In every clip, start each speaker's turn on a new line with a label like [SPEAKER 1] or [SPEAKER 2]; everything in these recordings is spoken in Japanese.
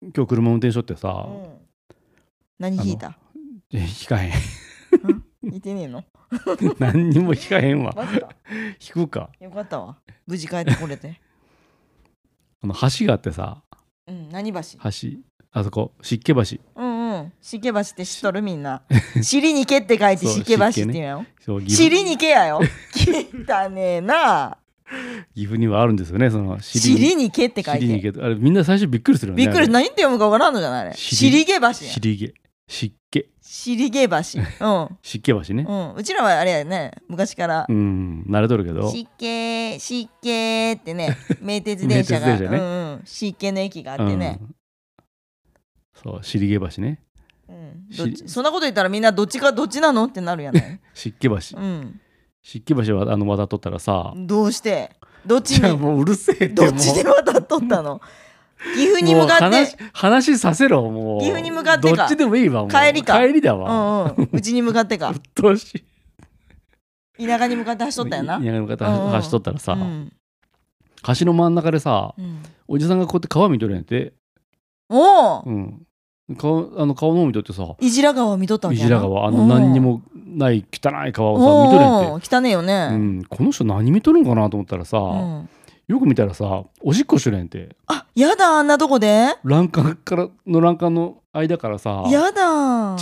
[SPEAKER 1] 今日車運転しとって
[SPEAKER 2] う
[SPEAKER 1] さ、
[SPEAKER 2] ん、何引いた
[SPEAKER 1] え引かへん
[SPEAKER 2] 似てねえの
[SPEAKER 1] 何にも引かへんわ
[SPEAKER 2] マジか
[SPEAKER 1] 引くか
[SPEAKER 2] よかったわ無事帰ってこ れて
[SPEAKER 1] あの橋があってさ
[SPEAKER 2] うん何橋
[SPEAKER 1] 橋あそこ湿気橋
[SPEAKER 2] うんうんしけ橋って知っとるみんな尻にけって書いて
[SPEAKER 1] そう
[SPEAKER 2] しけ橋って
[SPEAKER 1] 湿気ね
[SPEAKER 2] 言うやよ
[SPEAKER 1] そう岐阜
[SPEAKER 2] 尻にけやよ汚ねえな
[SPEAKER 1] 岐阜にはあるんですよねその
[SPEAKER 2] 尻にけって書い
[SPEAKER 1] 尻にけ
[SPEAKER 2] て
[SPEAKER 1] どあれみんな最初びっくりするよね
[SPEAKER 2] びっくり何って読むかわからんのじゃないあれ尻
[SPEAKER 1] 尻
[SPEAKER 2] 毛橋や
[SPEAKER 1] 尻毛湿気
[SPEAKER 2] 尻毛 橋うん
[SPEAKER 1] 湿気橋ね
[SPEAKER 2] うん、うちらはあれやね昔から
[SPEAKER 1] うん、慣れとるけ
[SPEAKER 2] 「
[SPEAKER 1] ど
[SPEAKER 2] 湿気湿気」っ てね名鉄電車が
[SPEAKER 1] 名鉄電車ね
[SPEAKER 2] うんうん、湿気の駅があってね、
[SPEAKER 1] うん、そう尻毛橋ね
[SPEAKER 2] うん
[SPEAKER 1] し
[SPEAKER 2] どっちそんなこと言ったらみんなどっちかどっちなのってなる やね、
[SPEAKER 1] 湿気橋、
[SPEAKER 2] うん、
[SPEAKER 1] 湿気橋はあの渡っとったらさ、
[SPEAKER 2] どうしてどっち
[SPEAKER 1] じゃあ
[SPEAKER 2] に
[SPEAKER 1] もううるせえって
[SPEAKER 2] どっちで
[SPEAKER 1] も
[SPEAKER 2] 渡っとったの岐阜
[SPEAKER 1] う
[SPEAKER 2] に
[SPEAKER 1] もう
[SPEAKER 2] 向かっ
[SPEAKER 1] 話
[SPEAKER 2] て
[SPEAKER 1] 話させろもう
[SPEAKER 2] 岐阜に向かってか
[SPEAKER 1] どっちでもいいわもう
[SPEAKER 2] 帰りか
[SPEAKER 1] 帰りだ
[SPEAKER 2] う
[SPEAKER 1] わ、
[SPEAKER 2] んうんうちに向かってか
[SPEAKER 1] うっとうしい
[SPEAKER 2] 田舎に向かって走っとったよな、
[SPEAKER 1] 田舎に向かって
[SPEAKER 2] うんうん
[SPEAKER 1] 走走っとったらさ、
[SPEAKER 2] うん
[SPEAKER 1] 橋の真ん中でさ
[SPEAKER 2] うん、
[SPEAKER 1] おじさんがこうやって川見とるんやって
[SPEAKER 2] おお
[SPEAKER 1] うん顔あの顔の方見とってさ
[SPEAKER 2] いじら川見とったん
[SPEAKER 1] 伊
[SPEAKER 2] やな
[SPEAKER 1] 白川あの何にもない汚い川
[SPEAKER 2] うん
[SPEAKER 1] をさ見とるんやって
[SPEAKER 2] おう汚ねえよね、
[SPEAKER 1] うん、この人何見とるんかなと思ったらさ、
[SPEAKER 2] うん
[SPEAKER 1] よく見たらさおしっこしてるんやんて
[SPEAKER 2] あやだあんなとこで
[SPEAKER 1] 欄干からの欄干の間からさ
[SPEAKER 2] やだ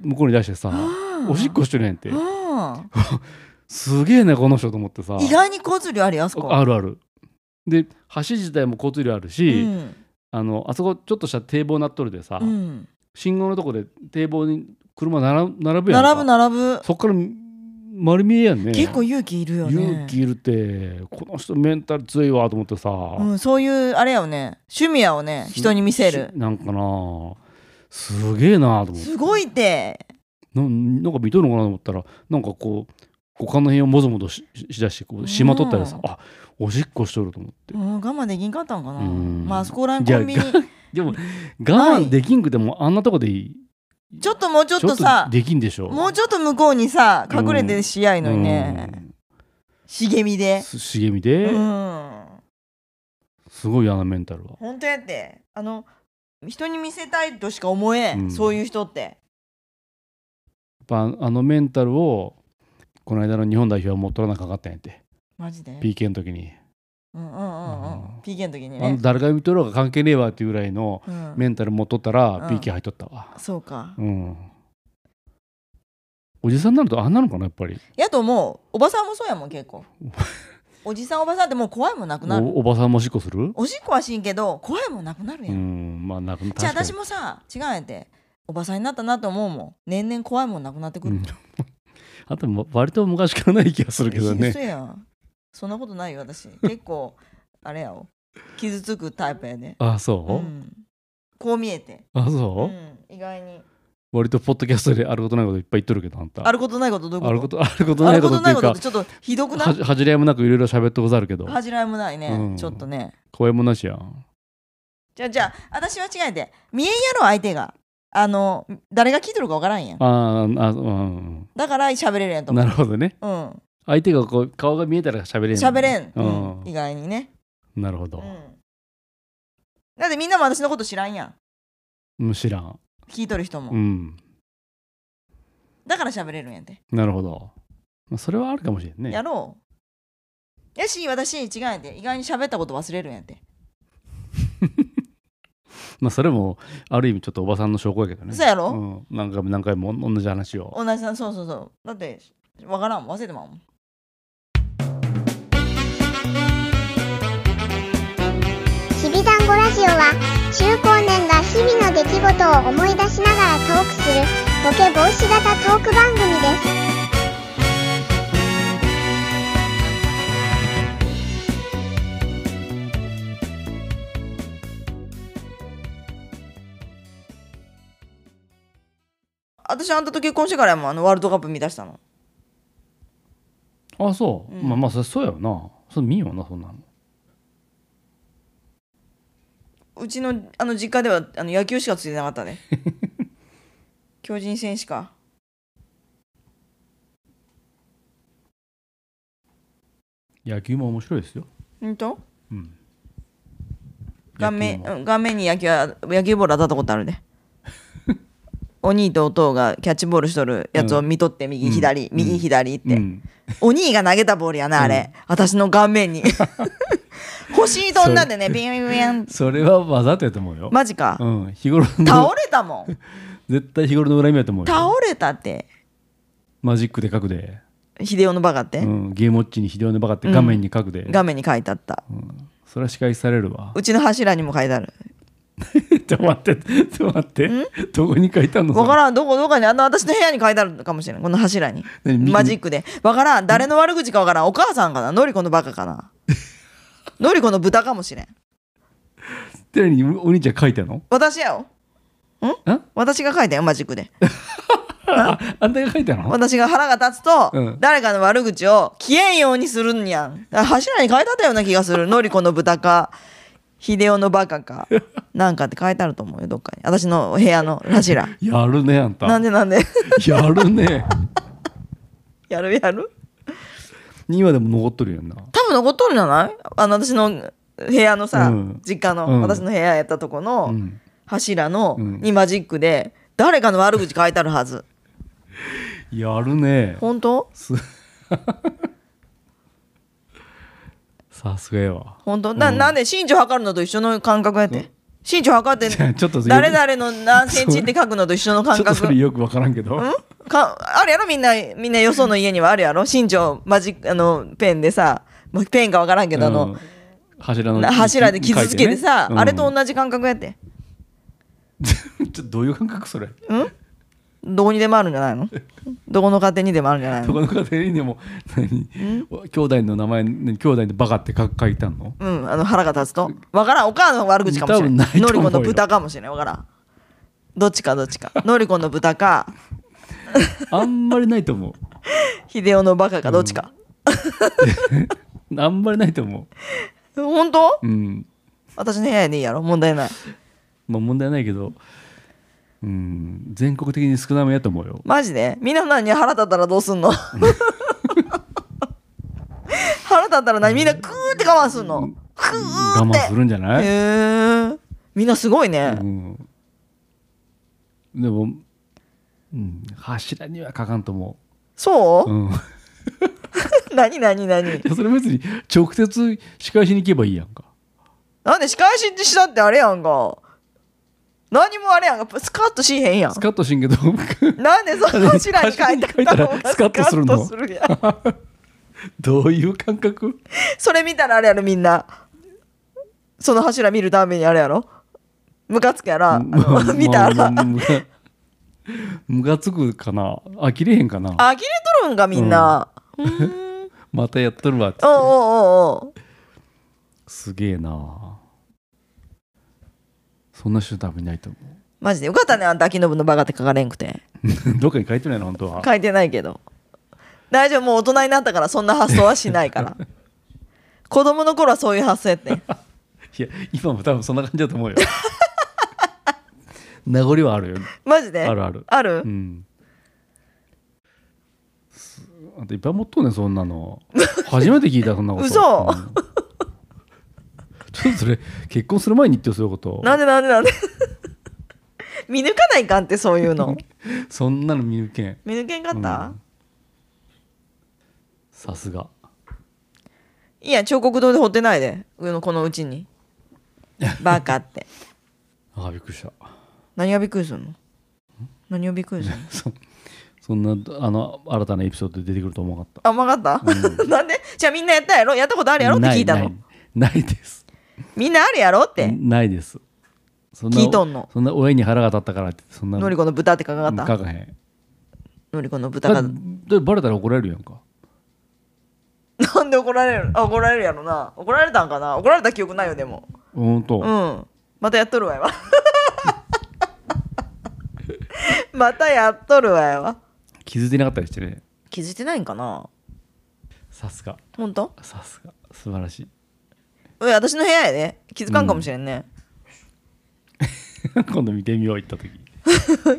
[SPEAKER 1] 向こうに出してさ
[SPEAKER 2] あー
[SPEAKER 1] おしっこしてるんやんて
[SPEAKER 2] あー
[SPEAKER 1] すげえねこの人と思ってさ
[SPEAKER 2] 意外に交通量あるよあそこ
[SPEAKER 1] あるあるで橋自体も交通量ある
[SPEAKER 2] う
[SPEAKER 1] し、
[SPEAKER 2] ん
[SPEAKER 1] あのあそこちょっとした堤防なっとるでさ、
[SPEAKER 2] うん
[SPEAKER 1] 信号のとこで堤防に車なら並ぶやんか
[SPEAKER 2] 並ぶ並ぶ
[SPEAKER 1] そっから丸見えやんね
[SPEAKER 2] 結構勇気いるよね
[SPEAKER 1] 勇気いるってこの人メンタル強いわと思ってさ、
[SPEAKER 2] うんそういうあれやよね趣味やをね人に見せ
[SPEAKER 1] し
[SPEAKER 2] る
[SPEAKER 1] なんかなあすげえなあと思って
[SPEAKER 2] すごいって
[SPEAKER 1] ななんか見とるのかなと思ったらなんかこう股間の辺をもぞもぞしししだしてこうしまとったらさ、
[SPEAKER 2] うん
[SPEAKER 1] あおしっこしとると思って
[SPEAKER 2] うん我慢できんかったんかな
[SPEAKER 1] うん
[SPEAKER 2] まああそこらへんコンビニ
[SPEAKER 1] いでも我慢できんくてもあんなとこでいい
[SPEAKER 2] ちょっともうちょっとさ
[SPEAKER 1] できんでしょ
[SPEAKER 2] もうちょっと向こうにさ隠れて試合のにね茂み
[SPEAKER 1] うん
[SPEAKER 2] です
[SPEAKER 1] 茂みで、
[SPEAKER 2] うん
[SPEAKER 1] すごい嫌なメンタルは
[SPEAKER 2] 本当やってあの人に見せたいとしか思えん、
[SPEAKER 1] うん
[SPEAKER 2] そういう人って
[SPEAKER 1] やっぱあのメンタルをこの間の日本代表はもう取らなきゃあかったんやって
[SPEAKER 2] マジで
[SPEAKER 1] PK の時に、
[SPEAKER 2] うんうんうんうん
[SPEAKER 1] うん
[SPEAKER 2] PK の時に
[SPEAKER 1] あの
[SPEAKER 2] ね、
[SPEAKER 1] 誰が見とろうが関係ねえわっていうぐらいの
[SPEAKER 2] うん
[SPEAKER 1] メンタル持っとったら
[SPEAKER 2] うん
[SPEAKER 1] PK 入っとったわ
[SPEAKER 2] そうか、
[SPEAKER 1] うん、おじさんになるとあんなのかなやっぱり
[SPEAKER 2] やともうおばさんもそうやもん結 構おじさんおばさんってもう怖いもんなくなる
[SPEAKER 1] おおばさんもおしっこする
[SPEAKER 2] おしっこはしんけど怖いもんなくなるや、
[SPEAKER 1] うんんまあなく
[SPEAKER 2] じゃ
[SPEAKER 1] 確か
[SPEAKER 2] あ
[SPEAKER 1] に
[SPEAKER 2] 私もさ違うんやっておばさんになったなと思うもん年々怖いもんなくなってくる、
[SPEAKER 1] うん あとも割と昔からない気がするけど ね
[SPEAKER 2] 嘘やんそんなことないよ私結構あれやわ傷つくタイプやで、
[SPEAKER 1] あそう
[SPEAKER 2] う、ん、こう見えて、
[SPEAKER 1] あ
[SPEAKER 2] う
[SPEAKER 1] そう、
[SPEAKER 2] ん、意外に
[SPEAKER 1] 割とポッドキャストであることないこといっぱい言っとるけどあんた
[SPEAKER 2] あることないことどういうこと
[SPEAKER 1] あることあることないことっていう
[SPEAKER 2] あ
[SPEAKER 1] か
[SPEAKER 2] ることないことってちょっとひどくな
[SPEAKER 1] はいじ恥じらいもなくいろいろ喋ってござるけど
[SPEAKER 2] 恥じらいもないね、
[SPEAKER 1] うん
[SPEAKER 2] ちょっとね
[SPEAKER 1] 怖いもんなしやん
[SPEAKER 2] じゃあじゃあ私は違えて見えんやろ相手があの誰が聞いとるかわからんやん
[SPEAKER 1] あーあうん
[SPEAKER 2] だから喋れるやんと
[SPEAKER 1] うん
[SPEAKER 2] 思
[SPEAKER 1] な
[SPEAKER 2] う
[SPEAKER 1] るほどね
[SPEAKER 2] うん
[SPEAKER 1] 相手がこう顔が見えたら喋れん
[SPEAKER 2] 喋れ
[SPEAKER 1] う
[SPEAKER 2] ん、うん
[SPEAKER 1] ん
[SPEAKER 2] 意外にね、
[SPEAKER 1] なるほ
[SPEAKER 2] う
[SPEAKER 1] ど、
[SPEAKER 2] ん、だってみんなも私のこと知らんやん
[SPEAKER 1] うん、知らん
[SPEAKER 2] 聞いとる人も、
[SPEAKER 1] うん
[SPEAKER 2] だから喋れるんやんて、
[SPEAKER 1] なるほどまあそれはあるかもしれんね
[SPEAKER 2] やろうやし私違うんやて意外に喋ったこと忘れるんやんて、
[SPEAKER 1] まあそれもある意味ちょっとおばさんの証拠やけどね
[SPEAKER 2] そうやろ、
[SPEAKER 1] うん、何回も何回も同じ話を
[SPEAKER 2] 同じなそうそうそうだってわからん忘れてまうもん
[SPEAKER 3] きびだんごラジオは中高年が日々の出来事を思い出しながらトークするボケ防止型トーク番組です
[SPEAKER 2] 私あんたと結婚してからやもんあのワールドカップ見出したの
[SPEAKER 1] あそう、
[SPEAKER 2] うん
[SPEAKER 1] まあまあそりゃそうやろなそれ見んよなそんなの
[SPEAKER 2] うちのあの実家ではあの野球しかついてなかっ たね巨人戦しか
[SPEAKER 1] 野球も面白いですよ
[SPEAKER 2] ほんと
[SPEAKER 1] うん
[SPEAKER 2] 顔面
[SPEAKER 1] 野球も
[SPEAKER 2] うん顔面に野球は野球ボール当たったことあ るねお兄とお父がキャッチボールしとるやつを見とって右左、
[SPEAKER 1] うん
[SPEAKER 2] 右左って、
[SPEAKER 1] うん
[SPEAKER 2] お兄が投げたボールやなあれ、私の顔面 に星飛んだんでねビュンビュン
[SPEAKER 1] それはわざとやと思うよ、
[SPEAKER 2] マジか、
[SPEAKER 1] うん日頃
[SPEAKER 2] 倒
[SPEAKER 1] の
[SPEAKER 2] れたもん
[SPEAKER 1] 絶対日頃の恨みやと思うよ
[SPEAKER 2] 倒れたって
[SPEAKER 1] マジックで書くで、
[SPEAKER 2] 秀夫のバカって、
[SPEAKER 1] うん、ゲームウォッチに秀夫のバカって画面に書くで、
[SPEAKER 2] 画面に書いてあった
[SPEAKER 1] それは仕返しされる わ
[SPEAKER 2] うちの柱にも書いてある
[SPEAKER 1] ちょっと待ってちょっと待ってどこに書いてあるの
[SPEAKER 2] わからんどこどこにあの私の部屋に書いてあるかもしれないこの柱に
[SPEAKER 1] 何み
[SPEAKER 2] マジックでわからん誰の悪口かわからんお母さんかなのりこのバカか なのりこの豚かもしれん
[SPEAKER 1] それにお兄ちゃん書いてあるの
[SPEAKER 2] 私やよ
[SPEAKER 1] ん
[SPEAKER 2] 私が書いたよマジックで
[SPEAKER 1] ああんたが書いてあるの
[SPEAKER 2] 私が腹が立つと、
[SPEAKER 1] うん
[SPEAKER 2] 誰かの悪口を消えんようにするんやんあ柱に書いてあったような気がするのりこの豚か秀夫のバカ かなんかって書いてあると思うよどっかに私の部屋の 柱
[SPEAKER 1] やるねあんた
[SPEAKER 2] なんでなんで
[SPEAKER 1] やるね
[SPEAKER 2] やるやる
[SPEAKER 1] 今でも残っとるやんな
[SPEAKER 2] 多分残っとるんじゃないあの私の部屋のさ、
[SPEAKER 1] うん
[SPEAKER 2] 実家の、
[SPEAKER 1] うん
[SPEAKER 2] 私の部屋やったとこの、
[SPEAKER 1] うん
[SPEAKER 2] 柱の、
[SPEAKER 1] うん
[SPEAKER 2] にマジックで誰かの悪口書いてあるはず
[SPEAKER 1] やるね
[SPEAKER 2] 本当
[SPEAKER 1] す さすがやわ
[SPEAKER 2] 本当な,、なんで身長測るのと一緒の感覚やって、身長測って
[SPEAKER 1] じゃあちょっとそれ
[SPEAKER 2] 誰々の何センチって書くのと一緒の
[SPEAKER 1] ちょっと
[SPEAKER 2] 感
[SPEAKER 1] それ
[SPEAKER 2] 覚
[SPEAKER 1] よく分からんけど
[SPEAKER 2] かあるやろみんなみんなよその家にはあるやろ身長マジックあのペンでさまペンかわからんけど、あ
[SPEAKER 1] う
[SPEAKER 2] の
[SPEAKER 1] ん柱の
[SPEAKER 2] な柱で傷つけてさ
[SPEAKER 1] 書いね
[SPEAKER 2] あれと
[SPEAKER 1] うん
[SPEAKER 2] 同じ感覚やって
[SPEAKER 1] ちょっとどういう感覚それ
[SPEAKER 2] どこにでもあるんじゃないのどこの家庭にでもあるんじゃない
[SPEAKER 1] そ
[SPEAKER 2] の
[SPEAKER 1] この家庭にも 何兄弟の名前何兄弟でバカって書書いてあんの
[SPEAKER 2] うん、あの腹が立つと。わからん、お母の悪口かもし
[SPEAKER 1] 多
[SPEAKER 2] れん。
[SPEAKER 1] 分ないと
[SPEAKER 2] のり
[SPEAKER 1] 思うよ
[SPEAKER 2] この豚かもしれん、わからん。どっちかどっちか。のりこの豚か、
[SPEAKER 1] あんまりないと思
[SPEAKER 2] 秀夫のバカか、どっちか。
[SPEAKER 1] うあんまりないと思
[SPEAKER 2] 本当
[SPEAKER 1] ううん
[SPEAKER 2] 私の部屋でいいやろ、問題ない。
[SPEAKER 1] まあ問題ないけどうん全国的に少なめやと思うよ
[SPEAKER 2] マジでみんな何腹立ったらどうすんの腹立ったら何みんなクーって我慢すんのク
[SPEAKER 1] 我
[SPEAKER 2] ーっ
[SPEAKER 1] 慢す
[SPEAKER 2] て。
[SPEAKER 1] るんじゃない、
[SPEAKER 2] へえ。みんなすごいね
[SPEAKER 1] う。ん、でも、うん、柱には書かんと思、
[SPEAKER 2] そう
[SPEAKER 1] うん、いう
[SPEAKER 2] 何何何
[SPEAKER 1] やそれ別に直接仕返しに行けばいいやんか
[SPEAKER 2] なんで仕返しってしたってあれやんか。何もあれやんか。スカッとしへんやん
[SPEAKER 1] ス。カッとしんけど
[SPEAKER 2] なんでその柱に書いて
[SPEAKER 1] 柱に
[SPEAKER 2] あった方
[SPEAKER 1] 書いたら
[SPEAKER 2] が
[SPEAKER 1] スカッとするの
[SPEAKER 2] スカッとするやん
[SPEAKER 1] どういう感覚
[SPEAKER 2] それ見たらあれやろみんなその柱見るためにあれやろムカつくやろあ
[SPEAKER 1] まあ
[SPEAKER 2] の見た
[SPEAKER 1] まあ
[SPEAKER 2] ら
[SPEAKER 1] まあむかむかつくかな呆れへんかな
[SPEAKER 2] 呆れとるんかみんな、うーん、
[SPEAKER 1] またやっとるわって
[SPEAKER 2] おうおうおうおう
[SPEAKER 1] すげえなそんな人多分いないと思
[SPEAKER 2] マジでよかったねあんた秋信のバカって書かれんくて
[SPEAKER 1] う どっかに書いてないの本当は
[SPEAKER 2] 書いてないけど大丈夫もう大人になったからそんな発想はしないから 子供の頃はそういう発想やってん
[SPEAKER 1] いや今も多分そんな感じだと思うよ 名残はあるよ
[SPEAKER 2] マジで
[SPEAKER 1] あるある
[SPEAKER 2] ある、
[SPEAKER 1] うんすあんたいっぱい持っとんねんそんなの初めて聞いたそんなこと
[SPEAKER 2] 嘘
[SPEAKER 1] んちょっとそれ結婚する前に言ってよそういうこと
[SPEAKER 2] なんでなんでなんで 見抜かないかんってそういうの
[SPEAKER 1] そんなの見受けん
[SPEAKER 2] 見抜けんかった、
[SPEAKER 1] さすが
[SPEAKER 2] いいや彫刻刀で掘ってないで上のこのうち にバカって
[SPEAKER 1] あーびっくりした
[SPEAKER 2] 何がびっくりするの何をびっくりするの
[SPEAKER 1] そそんなあの新たなエピソードで出てくると思わなかっ
[SPEAKER 2] あ分かった、 なんでじゃあみんなやったやろやったことあ
[SPEAKER 1] た
[SPEAKER 2] るやろって聞いたの
[SPEAKER 1] ないないないです
[SPEAKER 2] みんなあるやろって
[SPEAKER 1] ないですそな
[SPEAKER 2] 聞いとんの
[SPEAKER 1] そんな親に腹が立ったからってそんな
[SPEAKER 2] のりこの豚って書か
[SPEAKER 1] うん
[SPEAKER 2] かっ
[SPEAKER 1] 書
[SPEAKER 2] た
[SPEAKER 1] かへん
[SPEAKER 2] のりこの豚
[SPEAKER 1] だ
[SPEAKER 2] が
[SPEAKER 1] だバレたら怒られるやんか
[SPEAKER 2] なんで怒られるあ怒られるやろな怒られたんかな怒られた記憶ないよでも
[SPEAKER 1] ほんと、
[SPEAKER 2] うんまたやっとるわよ またやっとるわよ
[SPEAKER 1] 気づいてなかったりしてね
[SPEAKER 2] 気づいてないんかな
[SPEAKER 1] さすが
[SPEAKER 2] 本当
[SPEAKER 1] さすが素晴らしい
[SPEAKER 2] え私の部屋やで気づかんかもしれんね、
[SPEAKER 1] 今度見てみよう行った時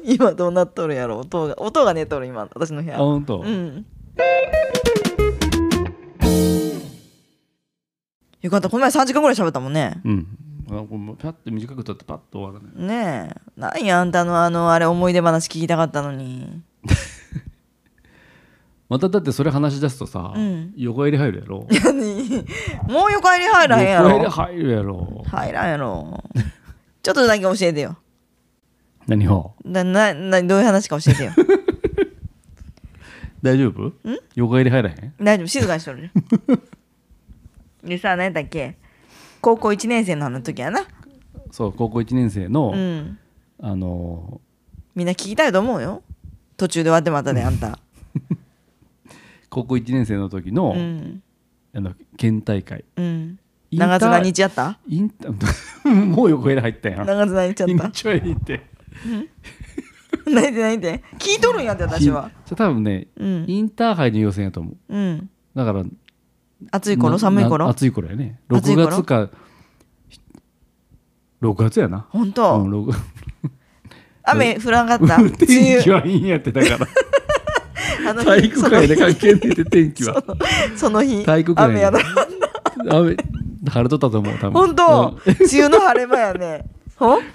[SPEAKER 2] 今どうなっとるやろ音が音が寝とる今私の部
[SPEAKER 1] あ
[SPEAKER 2] 屋
[SPEAKER 1] ほんと、
[SPEAKER 2] うんよかったこの前3時間ぐらい喋ったもんね
[SPEAKER 1] うんあもうパッと短く歌ってパッと終わらない
[SPEAKER 2] ねえ何やあんたのあのあれ思い出話聞きたかったのに
[SPEAKER 1] まただってそれ話し出すとさ、
[SPEAKER 2] うん
[SPEAKER 1] 横入り入るやろ
[SPEAKER 2] いやにもう横入り入らへん や
[SPEAKER 1] 横入り
[SPEAKER 2] ろ
[SPEAKER 1] 入るやろ
[SPEAKER 2] 入らんやろちょっとだけ教えてよ
[SPEAKER 1] 何を
[SPEAKER 2] なななどういう話か教 えてよ
[SPEAKER 1] 大丈夫横入り入らへん
[SPEAKER 2] 大丈夫静かにしとるでさ何やったっけ高校1年生のあの時やな
[SPEAKER 1] そう高校1年生の、
[SPEAKER 2] うん
[SPEAKER 1] あの
[SPEAKER 2] みんな聞きたいと思うよ途中で終わってまたねあんた
[SPEAKER 1] 高校1年生の時の,、
[SPEAKER 2] うん
[SPEAKER 1] あの県大会
[SPEAKER 2] うん
[SPEAKER 1] インター
[SPEAKER 2] 長津何日やった
[SPEAKER 1] インタ もう横入り入ったやん
[SPEAKER 2] 長津何日
[SPEAKER 1] イ
[SPEAKER 2] やっ
[SPEAKER 1] ン
[SPEAKER 2] た
[SPEAKER 1] チョイって
[SPEAKER 2] 何て何て聞いとるんやって私は
[SPEAKER 1] じゃ多分ね、
[SPEAKER 2] うん
[SPEAKER 1] インターハイの予選やと思う
[SPEAKER 2] うん
[SPEAKER 1] だから
[SPEAKER 2] 暑い頃
[SPEAKER 1] な
[SPEAKER 2] 寒い
[SPEAKER 1] な
[SPEAKER 2] 頃
[SPEAKER 1] 暑い頃やね
[SPEAKER 2] 暑
[SPEAKER 1] 6
[SPEAKER 2] い頃
[SPEAKER 1] 月か6月やな
[SPEAKER 2] 本当、
[SPEAKER 1] うん六
[SPEAKER 2] 雨降らんかった梅
[SPEAKER 1] 天気
[SPEAKER 2] 雨
[SPEAKER 1] はいいんやって だから
[SPEAKER 2] あの日
[SPEAKER 1] 体育会で関係ねえって天気は
[SPEAKER 2] その日
[SPEAKER 1] 体育会
[SPEAKER 2] 雨やな
[SPEAKER 1] 雨晴れとったと思う多分
[SPEAKER 2] 本当
[SPEAKER 1] うん
[SPEAKER 2] 梅雨の晴れ間や ねほ梅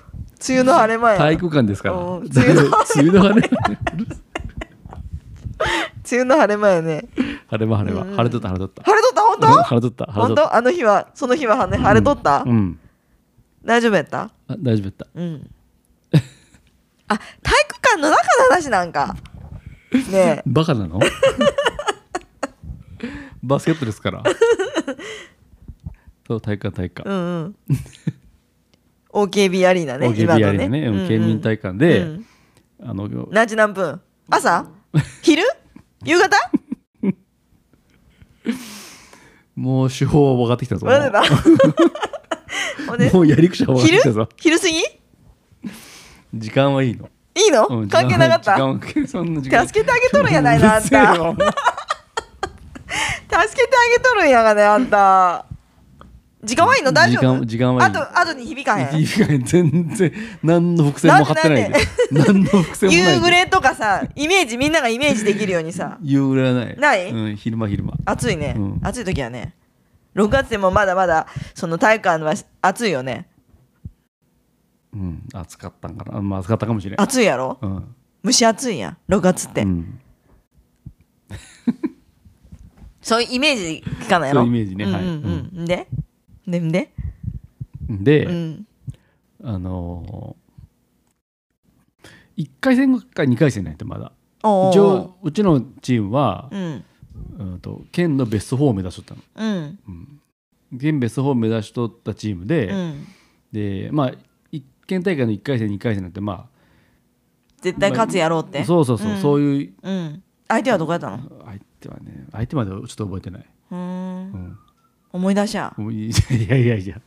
[SPEAKER 2] 雨の晴れ間や
[SPEAKER 1] 体
[SPEAKER 2] 梅
[SPEAKER 1] 育館ですから
[SPEAKER 2] うん
[SPEAKER 1] だいぶ梅雨の 晴れ
[SPEAKER 2] 雨の晴れ間やね
[SPEAKER 1] 晴れま晴れま晴れとった晴れとった
[SPEAKER 2] 晴れとった本
[SPEAKER 1] うん
[SPEAKER 2] 当
[SPEAKER 1] 晴れとった晴れ
[SPEAKER 2] 本
[SPEAKER 1] とっ
[SPEAKER 2] 当あの日はその日はね晴れとった、
[SPEAKER 1] たうん
[SPEAKER 2] 大丈夫やった
[SPEAKER 1] あ大丈夫やった
[SPEAKER 2] うん あ体育館の中の話なんか ねえ
[SPEAKER 1] バカな のバスケットです からそう体育館体育
[SPEAKER 2] う
[SPEAKER 1] 館、
[SPEAKER 2] んうん OKB アリーナね
[SPEAKER 1] OKB
[SPEAKER 2] 今のね
[SPEAKER 1] アリーナね、うん
[SPEAKER 2] うんうん
[SPEAKER 1] 県民体育館で、
[SPEAKER 2] うん
[SPEAKER 1] あの
[SPEAKER 2] 何時何分 朝昼夕方
[SPEAKER 1] もう手法は分かってきたぞ
[SPEAKER 2] 分かってたほんで
[SPEAKER 1] もうやり口は分かって
[SPEAKER 2] 昼
[SPEAKER 1] きたぞ
[SPEAKER 2] 昼過ぎい
[SPEAKER 1] 時間はいいの、
[SPEAKER 2] いの、
[SPEAKER 1] うん
[SPEAKER 2] 関係なかっ
[SPEAKER 1] 時
[SPEAKER 2] た
[SPEAKER 1] 間はそんな時間
[SPEAKER 2] 助けてあげとるやないのあ
[SPEAKER 1] うる
[SPEAKER 2] んた
[SPEAKER 1] せえよ
[SPEAKER 2] 助けてあげとるんやがねあんた時間はいいの大丈
[SPEAKER 1] 時
[SPEAKER 2] 夫
[SPEAKER 1] 間時間はいい
[SPEAKER 2] あとあとに響かへん
[SPEAKER 1] いい全然何の伏線も張ってないで何の伏線もない
[SPEAKER 2] 夕暮れとかさイメージみんながイメージできるようにさ
[SPEAKER 1] 夕暮れはない
[SPEAKER 2] な い
[SPEAKER 1] うん、昼間昼間
[SPEAKER 2] 暑いね、
[SPEAKER 1] うん
[SPEAKER 2] 暑い時はね6月でもまだまだその体育館は暑いよね
[SPEAKER 1] うん暑かったんかな、まあ、暑かったかもしれん
[SPEAKER 2] 暑いやろ
[SPEAKER 1] うん
[SPEAKER 2] 蒸し暑いやん6月って、
[SPEAKER 1] うん
[SPEAKER 2] そういうイメージ聞かないやろ
[SPEAKER 1] そういうイメージね
[SPEAKER 2] うんうん
[SPEAKER 1] はい
[SPEAKER 2] うん、ででんで、
[SPEAKER 1] で、
[SPEAKER 2] うん、
[SPEAKER 1] あのー、1回戦か2回戦なんてまだ
[SPEAKER 2] おうおう
[SPEAKER 1] 一応うちのチームは、
[SPEAKER 2] うん
[SPEAKER 1] うん、と県のベスト4を目指しとったの
[SPEAKER 2] うん
[SPEAKER 1] 県ベスト4を目指しとったチームで、
[SPEAKER 2] うん
[SPEAKER 1] でまあ一県大会の1回戦2回戦なんてま
[SPEAKER 2] 絶対勝つやろうって、
[SPEAKER 1] あそうそうそう、
[SPEAKER 2] うん
[SPEAKER 1] そういう
[SPEAKER 2] うん相手はどこやったの
[SPEAKER 1] 相手はね相手まではちょっと覚えてない、
[SPEAKER 2] うーん
[SPEAKER 1] うん、
[SPEAKER 2] 思い出しゃ
[SPEAKER 1] もう いいいやいやいや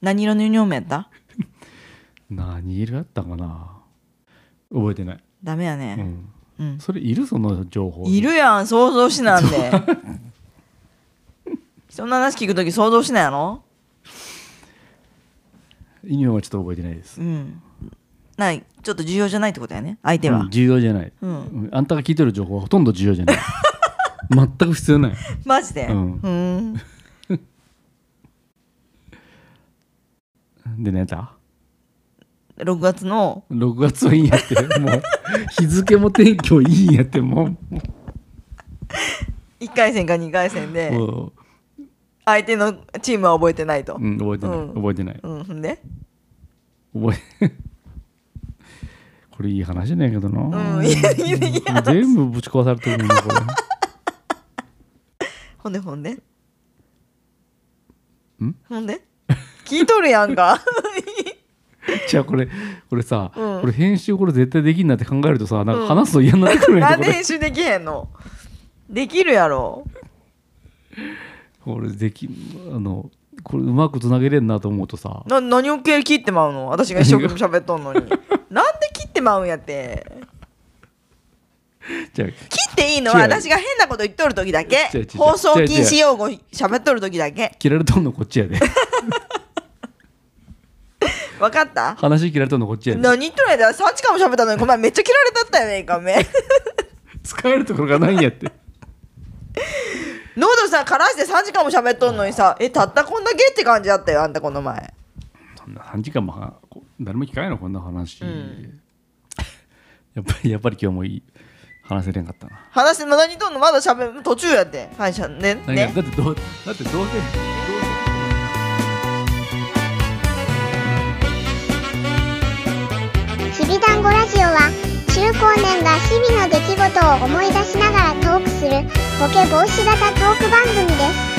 [SPEAKER 2] 何色のユニフォームやった
[SPEAKER 1] 何色だったかな覚えてない、
[SPEAKER 2] ダメや
[SPEAKER 1] う
[SPEAKER 2] ね、
[SPEAKER 1] ん、
[SPEAKER 2] うん
[SPEAKER 1] それいるその情報
[SPEAKER 2] いるやん想像しなんでそんな話聞くとき想像しないやろ
[SPEAKER 1] 意味はちょっと覚えてないです
[SPEAKER 2] うんないちょっと重要じゃないってことやね相手は、
[SPEAKER 1] うん重要じゃない、
[SPEAKER 2] うん
[SPEAKER 1] うんあんたが聞いてる情報はほとんど重要じゃない 全く必要ない
[SPEAKER 2] マジでう
[SPEAKER 1] うん
[SPEAKER 2] ーん
[SPEAKER 1] で何やった
[SPEAKER 2] 6月の
[SPEAKER 1] 6月はいいんやってもう日付も天気もいいんやってもうも
[SPEAKER 2] 1回戦か2回戦
[SPEAKER 1] う
[SPEAKER 2] で
[SPEAKER 1] も
[SPEAKER 2] 相手のチームは覚えてないと
[SPEAKER 1] う、う、ん、覚えてない、
[SPEAKER 2] うん
[SPEAKER 1] 覚えてない
[SPEAKER 2] うん、ほんで
[SPEAKER 1] 覚え これいい話なんやけどな、
[SPEAKER 2] うんいやいやいや
[SPEAKER 1] 全部ぶち壊されてるんだこれ
[SPEAKER 2] ほんでほんで
[SPEAKER 1] ん
[SPEAKER 2] ほんで聞いとるやんか
[SPEAKER 1] じゃあこれこれさ、
[SPEAKER 2] うん
[SPEAKER 1] これ編集これ絶対できんなって考えるとさなんか話すと嫌になってくるんや
[SPEAKER 2] な
[SPEAKER 1] け
[SPEAKER 2] ん
[SPEAKER 1] ど
[SPEAKER 2] で
[SPEAKER 1] これ
[SPEAKER 2] 編集できへんのできるやろ
[SPEAKER 1] これできあのこれうまくつなげれんなと思うとさ
[SPEAKER 2] な何を切ってまうの私が一生 懸命喋っとんのになんで切ってまうんやって
[SPEAKER 1] じゃあ
[SPEAKER 2] 切っていいのは
[SPEAKER 1] 違う
[SPEAKER 2] 私が変なこと言っとる時だけ
[SPEAKER 1] 違う違う違う
[SPEAKER 2] 放送禁止用語喋っとる時だけ
[SPEAKER 1] 切られとんのこっちや で
[SPEAKER 2] 分かった
[SPEAKER 1] 話切られとんのこっちやで
[SPEAKER 2] 何言っとるやつ3時間も喋ったのにこの前めっちゃ切られたったよねかめ
[SPEAKER 1] 使えるところがないんやって
[SPEAKER 2] 喉さ枯らして3時間も喋っとんのにさえたったこんだけって感じだったよあんたこの前
[SPEAKER 1] 3時間もはこ誰も聞かないのこんな話、
[SPEAKER 2] うん
[SPEAKER 1] やっぱりやっぱり今日もいい話せれんかったな、
[SPEAKER 2] 話して何とんのまだしゃべ途中やってはいしゃね
[SPEAKER 1] なん
[SPEAKER 2] ね
[SPEAKER 1] かだってどうだってどうせ
[SPEAKER 3] きびだんごラジオは中高年が日々の出来事を思い出しながらトークするボケ防止型トーク番組です